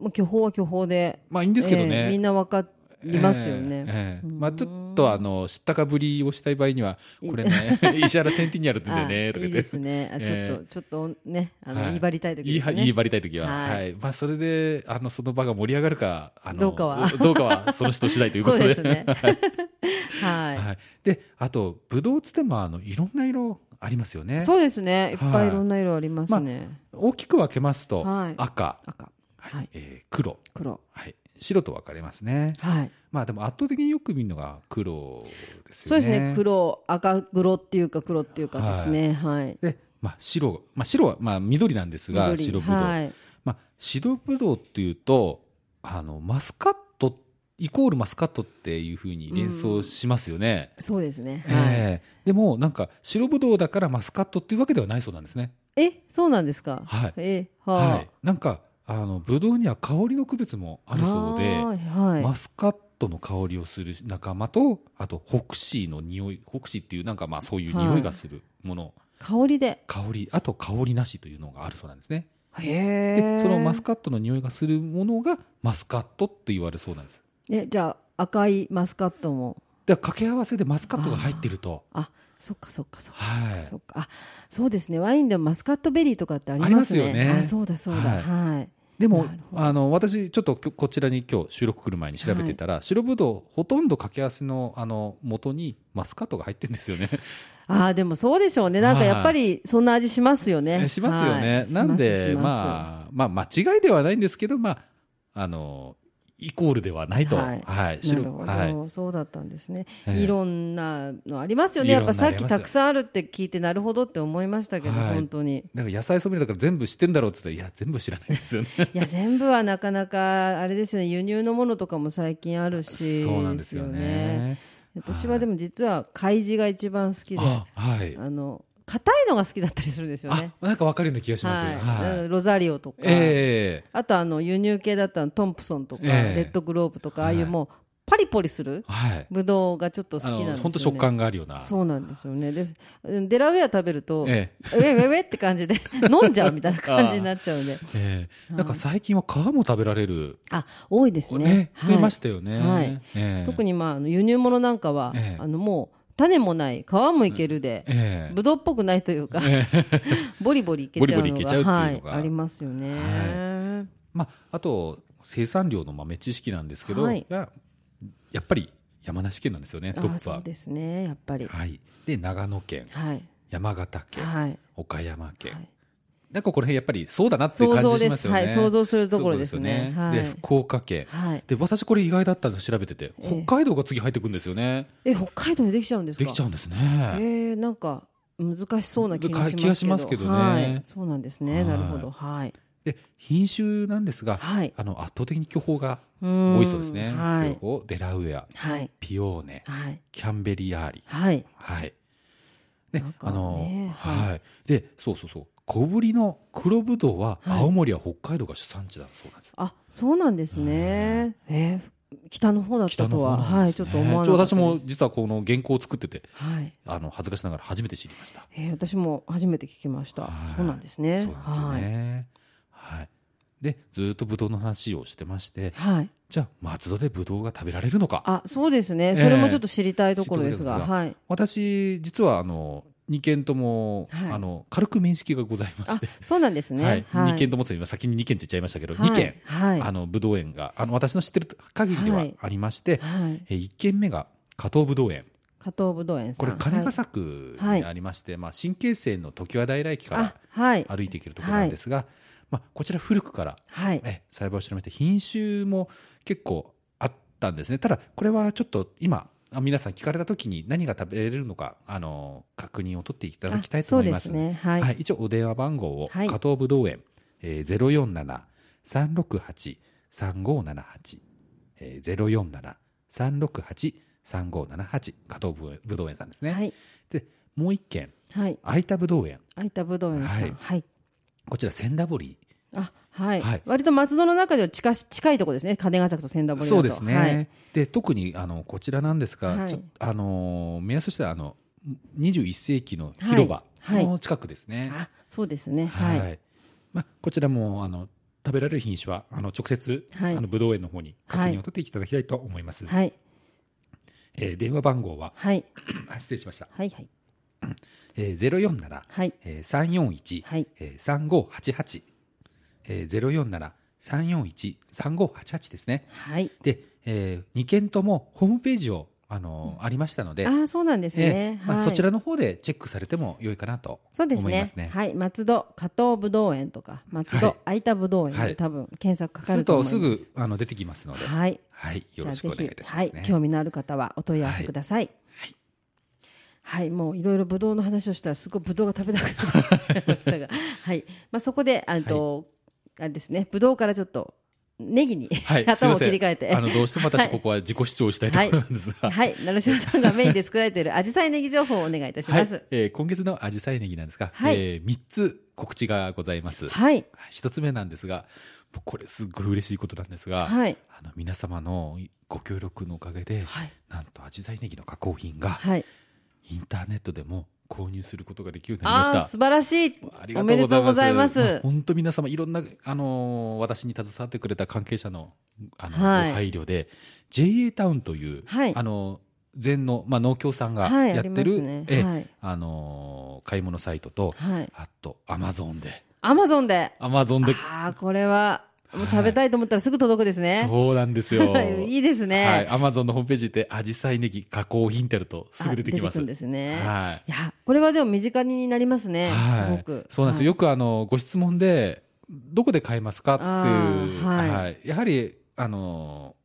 Speaker 1: もう巨峰は巨峰で
Speaker 2: まあいいんですけどね。
Speaker 1: ええみんなわかりますよね、
Speaker 2: ええええ
Speaker 1: うん
Speaker 2: まあ、ちょっとあの知ったかぶりをしたい場合には、
Speaker 1: い
Speaker 2: これね、 (laughs) 石原センティニアルって言うんだよねと
Speaker 1: (laughs) あ
Speaker 2: か言
Speaker 1: いい
Speaker 2: っ
Speaker 1: です
Speaker 2: て。
Speaker 1: ねあちょっと、ちょっとねあの、
Speaker 2: はい
Speaker 1: 言い張りたい時
Speaker 2: 言
Speaker 1: で
Speaker 2: い
Speaker 1: す
Speaker 2: は
Speaker 1: ね
Speaker 2: 言い張りたい時は、
Speaker 1: は
Speaker 2: はいいまあ、それであのその場が盛り上がるかあの
Speaker 1: どうかは
Speaker 2: どうかはその人次第というこ
Speaker 1: そ
Speaker 2: と
Speaker 1: う
Speaker 2: で
Speaker 1: で
Speaker 2: (laughs)
Speaker 1: すねはい、
Speaker 2: はい、であとブドウつってもあのいろんな色ありますよね
Speaker 1: そうですねいっぱ
Speaker 2: はいい
Speaker 1: いろんな色ありますね、
Speaker 2: 大きく分けますと、
Speaker 1: はい
Speaker 2: 赤、
Speaker 1: 赤はい
Speaker 2: えー黒、
Speaker 1: 黒
Speaker 2: はい、白と分かれますね
Speaker 1: はい
Speaker 2: まあでも圧倒的によく見るのが黒です
Speaker 1: そ
Speaker 2: よ
Speaker 1: う
Speaker 2: ね
Speaker 1: ですね黒赤黒っていうか黒っていうかですねはい、
Speaker 2: で、まあ、白、まあ、白は、まあ、緑なんですが、
Speaker 1: 緑
Speaker 2: 白ぶどう。
Speaker 1: はい、
Speaker 2: まあ、白ぶどうっていうと、あの、マスカット、イコールマスカットっていうふうに連想しますよね。
Speaker 1: そうですね
Speaker 2: え
Speaker 1: はい、
Speaker 2: えでも、なんか、白ぶどうだからマスカットっていうわけではないそうなんですね。
Speaker 1: えそうなんですか
Speaker 2: はい
Speaker 1: えは
Speaker 2: はい。なんか、あの、ぶどうには香りの区別もあるそうで、
Speaker 1: はいはい
Speaker 2: マスカットの香りをする仲間と、あと、ホクシーの匂い、ホクシーっていうなんか、まあ、そういう匂いがするもの、
Speaker 1: 香りで
Speaker 2: 香り、あと香りなしというのがあるそうなんですね。
Speaker 1: へ
Speaker 2: で
Speaker 1: え
Speaker 2: そのマスカットの匂いがするものがマスカットって言われそうなんです
Speaker 1: えじゃあ赤いマスカットも
Speaker 2: だから掛け合わせでマスカットが入ってると
Speaker 1: あそっかそっかそっかそっ
Speaker 2: は
Speaker 1: か
Speaker 2: い
Speaker 1: そっかあそうですねワインでもマスカットベリーとかってありますね
Speaker 2: ありますよね
Speaker 1: あそうだそうだ
Speaker 2: はい
Speaker 1: はい
Speaker 2: でも
Speaker 1: なるほど
Speaker 2: あの私ちょっときょこちらに今日収録来る前に調べてたら、白ぶどうほとんど掛け合わせのあの元にマスカットが入ってるんですよね
Speaker 1: ああでもそうでしょうねなんかやっぱりそんな味しますよね、
Speaker 2: しますよね、
Speaker 1: はい
Speaker 2: なんで
Speaker 1: しすしす
Speaker 2: まあ、まあ間違いではないんですけどまああのイコールではないと
Speaker 1: はい
Speaker 2: はい
Speaker 1: な
Speaker 2: 白
Speaker 1: るほど、
Speaker 2: はい
Speaker 1: そうだったんですね、
Speaker 2: ええ
Speaker 1: いろんなのありますよね
Speaker 2: い
Speaker 1: や
Speaker 2: ろ
Speaker 1: っ
Speaker 2: ん
Speaker 1: ぱ
Speaker 2: な
Speaker 1: さ
Speaker 2: あ
Speaker 1: っ
Speaker 2: ります
Speaker 1: きたくさんあるって聞いてなるほどって思いましたけど、
Speaker 2: はい
Speaker 1: 本当に
Speaker 2: だから野菜ソムリエだから全部知ってんだろうって言ったらいや全部知らないん
Speaker 1: (laughs)
Speaker 2: ですよね
Speaker 1: いや全部はなかなかあれですよね輸入のものとかも最近あるし
Speaker 2: そうなんですよね。
Speaker 1: 私はでも実は海事が一番好きで
Speaker 2: あ
Speaker 1: あ
Speaker 2: はい。
Speaker 1: の硬いのが好きだったりするんですよね
Speaker 2: あなんかわかるような気がします。
Speaker 1: はいあ
Speaker 2: は
Speaker 1: の
Speaker 2: い。
Speaker 1: ロザリオとか、
Speaker 2: え
Speaker 1: あとあの輸入系だったのトンプソンとか、
Speaker 2: ええ
Speaker 1: レッドグローブとかああい
Speaker 2: は
Speaker 1: う
Speaker 2: い
Speaker 1: もうパリポリする
Speaker 2: えはい。
Speaker 1: ぶどうがちょっと好き
Speaker 2: あ
Speaker 1: なんですよ
Speaker 2: の
Speaker 1: ね
Speaker 2: 本当食感があるような。
Speaker 1: そうなんですよねでデラウェア食べると、
Speaker 2: え
Speaker 1: ウェウェウェって感じで飲んじゃうみたいな感じになっちゃう
Speaker 2: (laughs)
Speaker 1: んで
Speaker 2: ええなんか最近は皮も食べられる。
Speaker 1: あ多いですね
Speaker 2: ね、
Speaker 1: はい
Speaker 2: 増えましたよね。
Speaker 1: はい
Speaker 2: ええ
Speaker 1: 特。にまああの輸入物なんかは、
Speaker 2: ええ
Speaker 1: あのもう種もない皮もいけるで、
Speaker 2: ええ
Speaker 1: ぶどうっぽくないというか、 (laughs) ボリボリいけちゃう
Speaker 2: ボリボ
Speaker 1: の
Speaker 2: リい
Speaker 1: が
Speaker 2: けちゃうって
Speaker 1: は
Speaker 2: いう
Speaker 1: い
Speaker 2: のが
Speaker 1: ありますよね、
Speaker 2: まああと生産量の豆知識なんですけど、
Speaker 1: はい
Speaker 2: いややっぱり山梨県なんですよね。ト
Speaker 1: ああ
Speaker 2: ップ
Speaker 1: そう
Speaker 2: は。
Speaker 1: ですねやっぱりは
Speaker 2: はい。で長野県、
Speaker 1: い
Speaker 2: 山形県、
Speaker 1: はい、
Speaker 2: 岡山県。
Speaker 1: はい
Speaker 2: なんかこの辺やっぱりそうだなっていう
Speaker 1: 想
Speaker 2: 感
Speaker 1: 像
Speaker 2: じし
Speaker 1: で
Speaker 2: ます
Speaker 1: す
Speaker 2: よね。
Speaker 1: はい想像するところですね
Speaker 2: そうで
Speaker 1: は
Speaker 2: で
Speaker 1: い
Speaker 2: 福岡県。
Speaker 1: はい
Speaker 2: で私これ意外だったんです調べてて
Speaker 1: ええ
Speaker 2: 北海道が次入ってくるんですよね、
Speaker 1: え北海道でできちゃうんですか
Speaker 2: できちゃうんですね、
Speaker 1: えー、なんか難しそうな気がしますけど
Speaker 2: 気がしますけどね
Speaker 1: はい、そうなんですね、
Speaker 2: はい
Speaker 1: なるほどはい
Speaker 2: で品種なんですが、
Speaker 1: はい
Speaker 2: あの圧倒的に巨峰が
Speaker 1: 多
Speaker 2: 多いそうですね
Speaker 1: はい
Speaker 2: 巨峰デラウェア
Speaker 1: はい
Speaker 2: ピオーネ
Speaker 1: はい
Speaker 2: キャンベリアーリ
Speaker 1: はい
Speaker 2: はいで
Speaker 1: なんか
Speaker 2: あの
Speaker 1: ねはい
Speaker 2: はいでそうそうそう小ぶりの黒ぶどうは
Speaker 1: はい
Speaker 2: 青森や北海道が主産地だそうなんです、
Speaker 1: あそうなんですね。えー北の方だった
Speaker 2: 北の
Speaker 1: と
Speaker 2: 方
Speaker 1: は、
Speaker 2: なん
Speaker 1: は
Speaker 2: で
Speaker 1: い、
Speaker 2: す
Speaker 1: ち
Speaker 2: ね
Speaker 1: ょっと思わなかったです。
Speaker 2: ちょ私も実はこの原稿を作ってて
Speaker 1: はい。
Speaker 2: あの恥ずかしながら初めて知りました、
Speaker 1: えー私も初めて聞きました
Speaker 2: はい。
Speaker 1: そうなんですね。
Speaker 2: そうなんですよねはい、でずーっとぶどうの話をしてまして
Speaker 1: はい。はい。
Speaker 2: じゃあ松戸でぶどうが食べられるのか
Speaker 1: あ、そうですね。
Speaker 2: え
Speaker 1: それもちょっと知りたいところです
Speaker 2: 知り
Speaker 1: が、
Speaker 2: たいとこ
Speaker 1: はい。
Speaker 2: 私実はあの2件とも、
Speaker 1: はい
Speaker 2: あの軽く面識がございま
Speaker 1: あ
Speaker 2: して、、
Speaker 1: そうなんです
Speaker 2: は
Speaker 1: ね
Speaker 2: い。2件ともつい今先に2件って言っちゃいましたけど、
Speaker 1: はい
Speaker 2: 2件、
Speaker 1: はい。
Speaker 2: あのぶどう園があの私の知ってる限りで
Speaker 1: は
Speaker 2: はいありまして、
Speaker 1: はい。
Speaker 2: え1軒目が加藤ぶどう園
Speaker 1: 加藤ぶどう園さん。
Speaker 2: これ金ヶ
Speaker 1: はい
Speaker 2: 作にありまして、まあ、神経線の常盤平駅から
Speaker 1: あ、はい。
Speaker 2: 歩いていけるところなんですが、まあ、こちら古くから
Speaker 1: はい。
Speaker 2: え栽培をしておりまして品種も結構あったんですねただこれはちょっと今あ皆さん聞かれた時に何が食べれるのかあの確認を取っていただきたいと思います
Speaker 1: あそうですね。
Speaker 2: は
Speaker 1: はいい。
Speaker 2: 一応お電話番号を、
Speaker 1: はい
Speaker 2: 加藤ぶどう園、えー、047-368-3578、えー、047-368-3578加藤ぶどう園さんですね、
Speaker 1: はい。
Speaker 2: でもう一軒
Speaker 1: はい。
Speaker 2: 空いたぶどう園
Speaker 1: あいたぶどう園さ
Speaker 2: はい
Speaker 1: ん。はい。
Speaker 2: こちら千田堀
Speaker 1: あ、はい
Speaker 2: はい。
Speaker 1: 割と松戸の中では近し近いところですね。金ヶ崎と千駄堀だと。
Speaker 2: そうですね、
Speaker 1: はい。
Speaker 2: で特にあのこちらなんですが、
Speaker 1: はい
Speaker 2: ちょっとあのー目安としてはあの21世紀の広場
Speaker 1: はいはい
Speaker 2: の近くですね。
Speaker 1: あ、そうですね。
Speaker 2: はい
Speaker 1: はい。
Speaker 2: まあ、こちらもあの食べられる品種はあの直接、
Speaker 1: はい
Speaker 2: あのブドウ園の方に確認を取っていただきたいと思います。
Speaker 1: はい。
Speaker 2: えー電話番号は (clears throat)
Speaker 1: はい。
Speaker 2: あ失礼しました。
Speaker 1: はい。はい。
Speaker 2: えー、047、
Speaker 1: はい。
Speaker 2: えー、341、
Speaker 1: はい
Speaker 2: えー、3588、えー、047、341-3588ですね。
Speaker 1: はい。
Speaker 2: で、えー、2件ともホームページを、あのーありましたので、
Speaker 1: あー、そうなんですね
Speaker 2: え。ーまあ
Speaker 1: はい
Speaker 2: そちらの方でチェックされても良いかなと
Speaker 1: そう
Speaker 2: 思い
Speaker 1: で
Speaker 2: ますす
Speaker 1: ね
Speaker 2: ね。
Speaker 1: はい、松戸加藤ぶどう園とか松
Speaker 2: はい
Speaker 1: 戸あいたぶどう園
Speaker 2: は
Speaker 1: で
Speaker 2: い
Speaker 1: 多分検索か
Speaker 2: す
Speaker 1: か
Speaker 2: る
Speaker 1: ると
Speaker 2: と
Speaker 1: 思います
Speaker 2: す。ぐあの出てきますので、はい、
Speaker 1: はい。
Speaker 2: よろしくお願いいたしますね。
Speaker 1: はい、興味のある方はお問い合わせください。
Speaker 2: はい
Speaker 1: はい、もういろいろぶどうの話をしたらすごいぶどうが食べたくなってきちゃいまし
Speaker 2: (laughs)
Speaker 1: たが、はい、まあそこであと、あれですね、ぶどうからちょっとネギに、
Speaker 2: はい
Speaker 1: (laughs) 頭を
Speaker 2: すいませ
Speaker 1: 切
Speaker 2: ん
Speaker 1: り替えて
Speaker 2: あ。のどうしても私ここは自己主張したいところなんですが、
Speaker 1: はい、成島さんがメインで作られている紫陽花ネギ情報をお願いいたします。
Speaker 2: えー今月のアジサイネギなんですが、
Speaker 1: はい
Speaker 2: え3つ告知がございます。
Speaker 1: はい、
Speaker 2: 一つ目なんですが、もうこれすごい嬉しいことなんですが、
Speaker 1: はい、
Speaker 2: あの皆様のご協力のおかげで、
Speaker 1: はい、
Speaker 2: なんとアジサイネギの加工品が
Speaker 1: はい、
Speaker 2: インターネットでも購入することができるようになりま
Speaker 1: あ
Speaker 2: した
Speaker 1: あー。素晴らしい
Speaker 2: あり、が
Speaker 1: おめでとうございま
Speaker 2: ますあ。本当皆様いろんなあのー私に携わってくれた関係者のあの、
Speaker 1: はい
Speaker 2: ご配慮で JA タウンという、
Speaker 1: はい
Speaker 2: あの全のまあ農協さんが
Speaker 1: はい
Speaker 2: や
Speaker 1: あ
Speaker 2: って
Speaker 1: り
Speaker 2: る、
Speaker 1: ますね
Speaker 2: え
Speaker 1: はい
Speaker 2: あのー買い物サイトと、
Speaker 1: はい、
Speaker 2: あとアマゾンで
Speaker 1: アマゾンで。
Speaker 2: アマゾンで
Speaker 1: ああ、これは、もう
Speaker 2: はい
Speaker 1: 食べたいと思ったらすぐ届くですね。
Speaker 2: そうなんですよ
Speaker 1: (laughs) いいですね。
Speaker 2: はいアマゾンのホームページでアジサイネギ加工品ってやるとすぐ出てきま
Speaker 1: あく
Speaker 2: す
Speaker 1: んですね。
Speaker 2: はい
Speaker 1: いや、これはでも身近になりますね。
Speaker 2: はい、
Speaker 1: すごく。
Speaker 2: そうなんですよ、
Speaker 1: よ。
Speaker 2: よくあのご質問でどこで買えますかっていう、
Speaker 1: あ
Speaker 2: は
Speaker 1: ー
Speaker 2: い
Speaker 1: はい
Speaker 2: やはりあの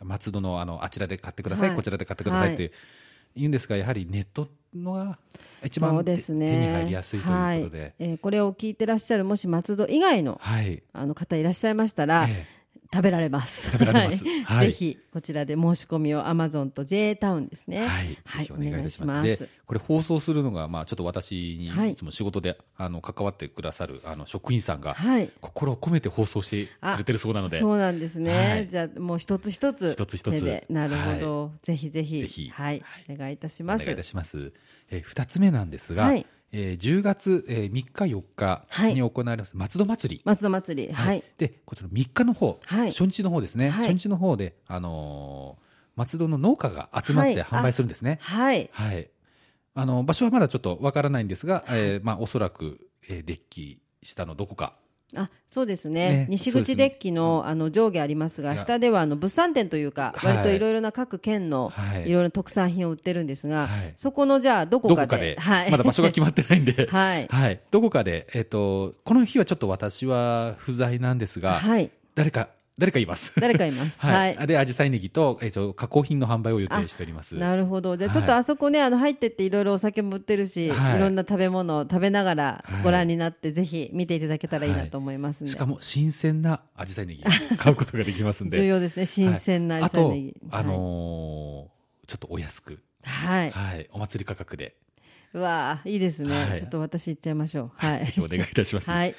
Speaker 2: 松戸のあのあちらで買ってください、
Speaker 1: はい
Speaker 2: こちらで買ってくださいって言うんですが、やはりネットのが一番
Speaker 1: そうですね。
Speaker 2: 手に入りやすいということで、
Speaker 1: えーこれを聞いてらっしゃる、もし松戸以外の、
Speaker 2: はい
Speaker 1: あの方いらっしゃいましたら、
Speaker 2: え
Speaker 1: 食べられます。
Speaker 2: 食べられます
Speaker 1: はい
Speaker 2: はい
Speaker 1: ぜひ、こちらで申し込みを Amazon と JA タウンですね。
Speaker 2: えはい、ぜひお願いいたします。で、これ放送するのがまあちょっと私
Speaker 1: は
Speaker 2: に
Speaker 1: い
Speaker 2: いつも仕事で、あの関わってくださるあの職員さんが
Speaker 1: はい。
Speaker 2: 心を込めて放送してくれてるそうなので、
Speaker 1: そうなんですね。
Speaker 2: はい
Speaker 1: じゃあもう一つ一つ
Speaker 2: 一つ一つ
Speaker 1: 手でなるほど、ぜひぜひ
Speaker 2: ぜひ
Speaker 1: はい、
Speaker 2: は
Speaker 1: お願いいたし
Speaker 2: お
Speaker 1: ます。
Speaker 2: 願いいたします。えー、2つ目なんですが、
Speaker 1: はい
Speaker 2: えー10月、えー、3日4日
Speaker 1: はい
Speaker 2: に行われます松戸祭り。
Speaker 1: 松戸祭りはい、
Speaker 2: でこちら3日の方、
Speaker 1: はい
Speaker 2: 初日の方ですね、
Speaker 1: はい
Speaker 2: 初日の方で、あのー松戸の農家が集まって
Speaker 1: はい
Speaker 2: 販売するんですね。
Speaker 1: はい
Speaker 2: はい、あの場所はまだちょっとわからないんですが、えーまあ、おそらく、えーデッキ下のどこか
Speaker 1: あそうですね
Speaker 2: ね
Speaker 1: 西
Speaker 2: そうです
Speaker 1: 口
Speaker 2: ね
Speaker 1: デッキの,、あの上下あります
Speaker 2: い
Speaker 1: が
Speaker 2: や
Speaker 1: 下ではあの物産展というか、
Speaker 2: はい
Speaker 1: 割といろいろな各県の
Speaker 2: はい
Speaker 1: いろいろな特産品を売ってるんですが、
Speaker 2: はい
Speaker 1: そこのじゃあどこ
Speaker 2: ど
Speaker 1: か
Speaker 2: こ
Speaker 1: で
Speaker 2: かで、
Speaker 1: はい、
Speaker 2: まだ場所が決まってないんで、
Speaker 1: (laughs) はい
Speaker 2: はい、どこかで、えっとこの日はちょっと私は不在なんですが、
Speaker 1: はい
Speaker 2: 誰か誰かいます。 (laughs)
Speaker 1: 誰かいます
Speaker 2: は、
Speaker 1: はいい、
Speaker 2: でアジサイネギと、えーと加工品の販売を予定しております。
Speaker 1: なるほどじゃあ
Speaker 2: はい
Speaker 1: ちょっとあそこね、あの入ってっていろいろお酒も売ってるし、
Speaker 2: はい
Speaker 1: い、ろんな食べ物を食べながら
Speaker 2: はい
Speaker 1: ご覧になって、ぜひ見ていただけたらいいなと思いますね、
Speaker 2: しかも新鮮なアジサイネギ買うことができますんで。
Speaker 1: (laughs) 重要ですね新鮮な
Speaker 2: はい
Speaker 1: 野菜ネギ
Speaker 2: あと、あのーちょっとお安く、
Speaker 1: はい、はい
Speaker 2: はい、お祭り価格で、
Speaker 1: うわあいいですね、
Speaker 2: はい
Speaker 1: ちょっと私行っちゃいましょうは
Speaker 2: はい、ぜ
Speaker 1: い
Speaker 2: ひお願いいたします。
Speaker 1: は
Speaker 2: はい、
Speaker 1: い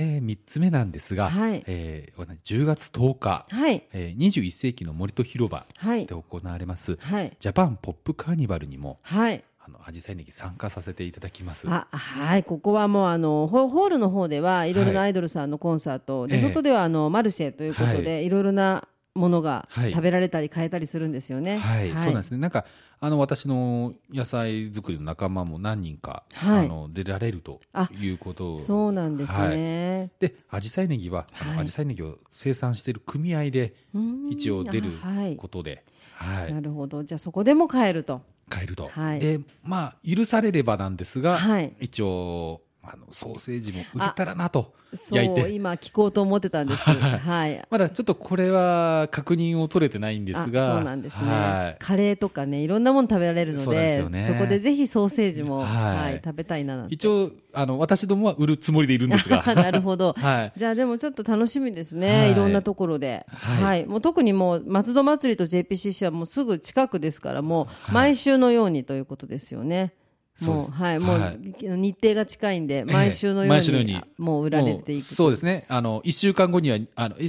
Speaker 2: えー、3つ目なんですが、
Speaker 1: はい
Speaker 2: えー10月10日、
Speaker 1: はい
Speaker 2: えー、21世紀の森と広場
Speaker 1: はい
Speaker 2: で行われます、
Speaker 1: はい
Speaker 2: ジャパンポップカーニバルにも、
Speaker 1: はい
Speaker 2: あの、アジサイネギ参加させていただきます。
Speaker 1: あはいここはもうあのホホールの方ではいろいろな
Speaker 2: はい
Speaker 1: アイドルさんのコンサート、
Speaker 2: え
Speaker 1: で
Speaker 2: え
Speaker 1: 外ではあのマルシェということで、いろいろなものが
Speaker 2: はい
Speaker 1: 食べられたり買えたりするんですよね。
Speaker 2: はい、そうなんですすね。なんか、あの、私の野菜作りの仲間も何人か、
Speaker 1: はい
Speaker 2: あの、出られると
Speaker 1: あ
Speaker 2: いうこと
Speaker 1: そうなんです
Speaker 2: はい
Speaker 1: ね。
Speaker 2: で、アジサイネギは、あ
Speaker 1: はい
Speaker 2: の、アジサイネギを生産している組合で、
Speaker 1: うん
Speaker 2: 一応出る
Speaker 1: あはい
Speaker 2: ことで、はい、
Speaker 1: なるほどじゃあそこでも買えると。
Speaker 2: 変えると。
Speaker 1: はい
Speaker 2: で、まあ、許されればなんですが、
Speaker 1: はい
Speaker 2: 一応、あの、ソーセージも売れたらなと、
Speaker 1: そ
Speaker 2: 焼いうて。
Speaker 1: 今聞こうと思ってたんです。はい。
Speaker 2: まだちょっとこれは確認を取れてないんですが、
Speaker 1: あそうなんです
Speaker 2: は
Speaker 1: ね
Speaker 2: い
Speaker 1: カレーとかねいろんなもの食べられるの
Speaker 2: そうなんで
Speaker 1: ですそ
Speaker 2: よね
Speaker 1: こでぜひソーセージも、は
Speaker 2: はいい
Speaker 1: 食べたいななんて
Speaker 2: 一応、あの、私どもは売るつもりでいるんですが、
Speaker 1: (laughs) なるほど、
Speaker 2: はい。
Speaker 1: じゃあでもちょっと楽しみですね、、
Speaker 2: はいい
Speaker 1: ろんなところで、は
Speaker 2: はいい
Speaker 1: もう特にもう松戸祭りと JPCC はもうすぐ近くですからもう毎週のようにということですよね。
Speaker 2: そう
Speaker 1: も
Speaker 2: で
Speaker 1: う
Speaker 2: す
Speaker 1: はい、もう
Speaker 2: はい
Speaker 1: 日程が近いん (laughs) で、毎週のように,、
Speaker 2: 毎週のように
Speaker 1: もう売られて
Speaker 2: も
Speaker 1: いく
Speaker 2: うそうですね。あの、一週間後には、あの、ええ
Speaker 1: は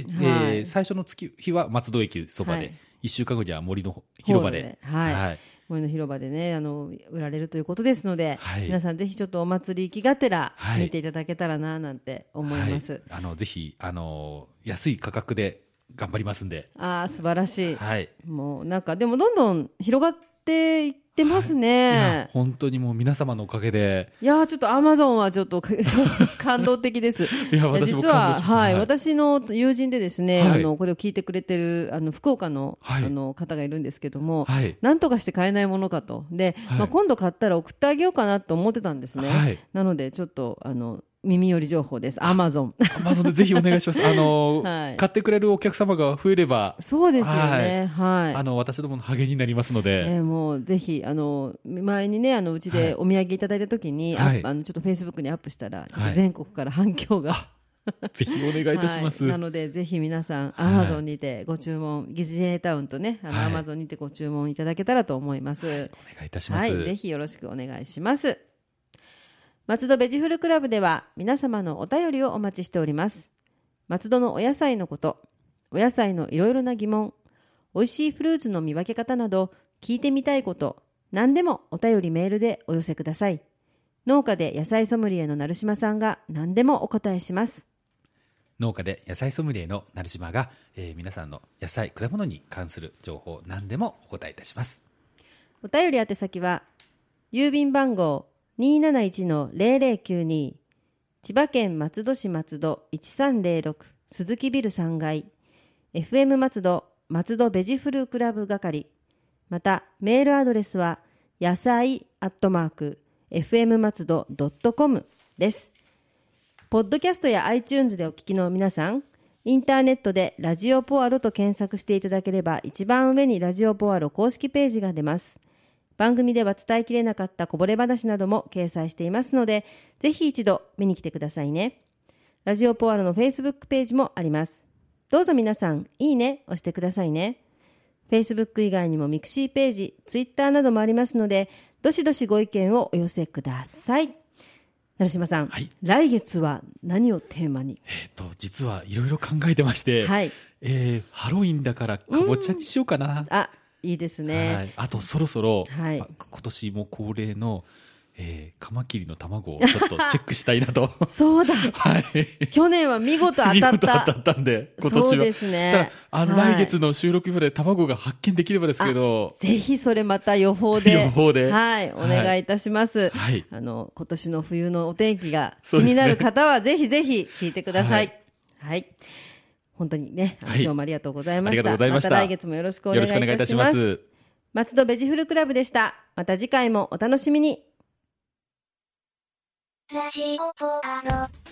Speaker 1: い
Speaker 2: ー最初の月日は松戸駅そば
Speaker 1: は
Speaker 2: で
Speaker 1: い、
Speaker 2: 一、週間後には森の広場で。
Speaker 1: ホールではい
Speaker 2: はい。
Speaker 1: 森の広場でねあの売られるということですので、
Speaker 2: はい
Speaker 1: 皆さんぜひちょっとお祭り行きがてら
Speaker 2: はい
Speaker 1: 見ていただけたらななんて思います、
Speaker 2: はいあの、ぜひ、あの、安い価格で頑張りますんで。
Speaker 1: ああ素晴らしい、
Speaker 2: はい。
Speaker 1: もうなんかでもどんどん広がっていってます
Speaker 2: いや
Speaker 1: ね、
Speaker 2: 本当にもう皆様のおかげで、 (laughs)
Speaker 1: い、やーちょっとアマゾンはちょっと (laughs) 感動的です
Speaker 2: いや、
Speaker 1: い
Speaker 2: (laughs)
Speaker 1: や
Speaker 2: 私も感
Speaker 1: 実
Speaker 2: 動
Speaker 1: は、
Speaker 2: しました。
Speaker 1: はい、私の友人でですね、
Speaker 2: はい
Speaker 1: あのこれを聞いてくれてるあの福岡の,、
Speaker 2: はい
Speaker 1: あの方がいるんですけども、
Speaker 2: はい
Speaker 1: なんとかして買えないものかとで、
Speaker 2: はい
Speaker 1: まあ、今度買ったら送ってあげようかなと思ってたんですね、
Speaker 2: はい
Speaker 1: なのでちょっとあの耳寄り情報ですアマゾン (laughs)
Speaker 2: アマゾンでぜひお願いします。あの、
Speaker 1: はい
Speaker 2: 買ってくれるお客様が増えれば、
Speaker 1: そうですよねはい、
Speaker 2: あの、私どもの励みになりますので。
Speaker 1: えーもうぜひあの前にねあのうちでお土産いただいた時に、
Speaker 2: はい
Speaker 1: ああのちょっとフェイスブックにアップしたらちょっ
Speaker 2: は
Speaker 1: と
Speaker 2: い
Speaker 1: 全国から反響が、
Speaker 2: ぜひお願いいたします。
Speaker 1: はいなのでぜひ皆さんアマゾンにてご注文、ギズジェイタウンとねあの
Speaker 2: はい
Speaker 1: アマゾンにてご注文いただけたらと思います、はい
Speaker 2: お願いいたします。
Speaker 1: ぜひよろしくお願いします松戸ベジフルクラブでは皆様のお便りをお待ちしております松戸のお野菜のことお野菜のいろいろな疑問おいしいフルーツの見分け方など聞いてみたいこと何でもお便りメールでお寄せください農家で野菜ソムリエの成島さんが何でもお答えします
Speaker 2: 農家で野菜ソムリエの成島が、えー皆さんの野菜果物に関する情報何でもお答えいたします
Speaker 1: お便り宛先は郵便番号271-0092千葉県松戸市松戸1306鈴木ビル3階 FM 松戸松戸ベジフルクラブ係またメールアドレスは野菜アットマーク FM 松戸ドットコムですポッドキャストや iTunes でお聞きの皆さん、インターネットでラジオポアロと検索していただければ一番上にラジオポアロ公式ページが出ます。番組では伝えきれなかったこぼれ話なども掲載していますので、ぜひ一度見に来てくださいね。ラジオポアロの Facebook ページもあります。どうぞ皆さん、いいね押してくださいね。Facebook 以外にもミクシーページ、Twitter などもありますので、どしどしご意見をお寄せください。成島さん、
Speaker 2: はい
Speaker 1: 来月は何をテーマに、
Speaker 2: えっ、と実はいろいろ考えてまして、
Speaker 1: はい。
Speaker 2: えーハロウィンだからかぼちゃにしようかな、
Speaker 1: あ、いいです
Speaker 2: は
Speaker 1: ね。
Speaker 2: い、あとそろそろ、
Speaker 1: はい
Speaker 2: まあ今年も恒例の、えーカマキリの卵をちょっとチェックしたいな
Speaker 1: (laughs)
Speaker 2: と
Speaker 1: そうだ。
Speaker 2: はい
Speaker 1: 去年は見事当た
Speaker 2: (laughs) 見
Speaker 1: った。
Speaker 2: 事当たったんで今年は
Speaker 1: そうですね
Speaker 2: ただあの、
Speaker 1: はい
Speaker 2: 来月の収録日まで卵が発見できればですけど
Speaker 1: ぜひそれまた予報で。
Speaker 2: (laughs) 予報で
Speaker 1: はい、お願いいたします。
Speaker 2: はい
Speaker 1: あの、今年の冬のお天気が気
Speaker 2: そうです
Speaker 1: に
Speaker 2: ね
Speaker 1: なる方は、ぜひぜひ聞いてください。
Speaker 2: は
Speaker 1: はい。本当にね、あの
Speaker 2: はい
Speaker 1: 今日もありがとうございま
Speaker 2: あり
Speaker 1: し
Speaker 2: がと
Speaker 1: た。
Speaker 2: うございました
Speaker 1: た来月もよろしくお
Speaker 2: よ
Speaker 1: 願い
Speaker 2: ろ
Speaker 1: い
Speaker 2: しくお願いい
Speaker 1: た
Speaker 2: たし
Speaker 1: しま
Speaker 2: ますす。
Speaker 1: 松戸ベジフルクラブでした。また次回もお楽しみに。
Speaker 3: ラジオポアロ。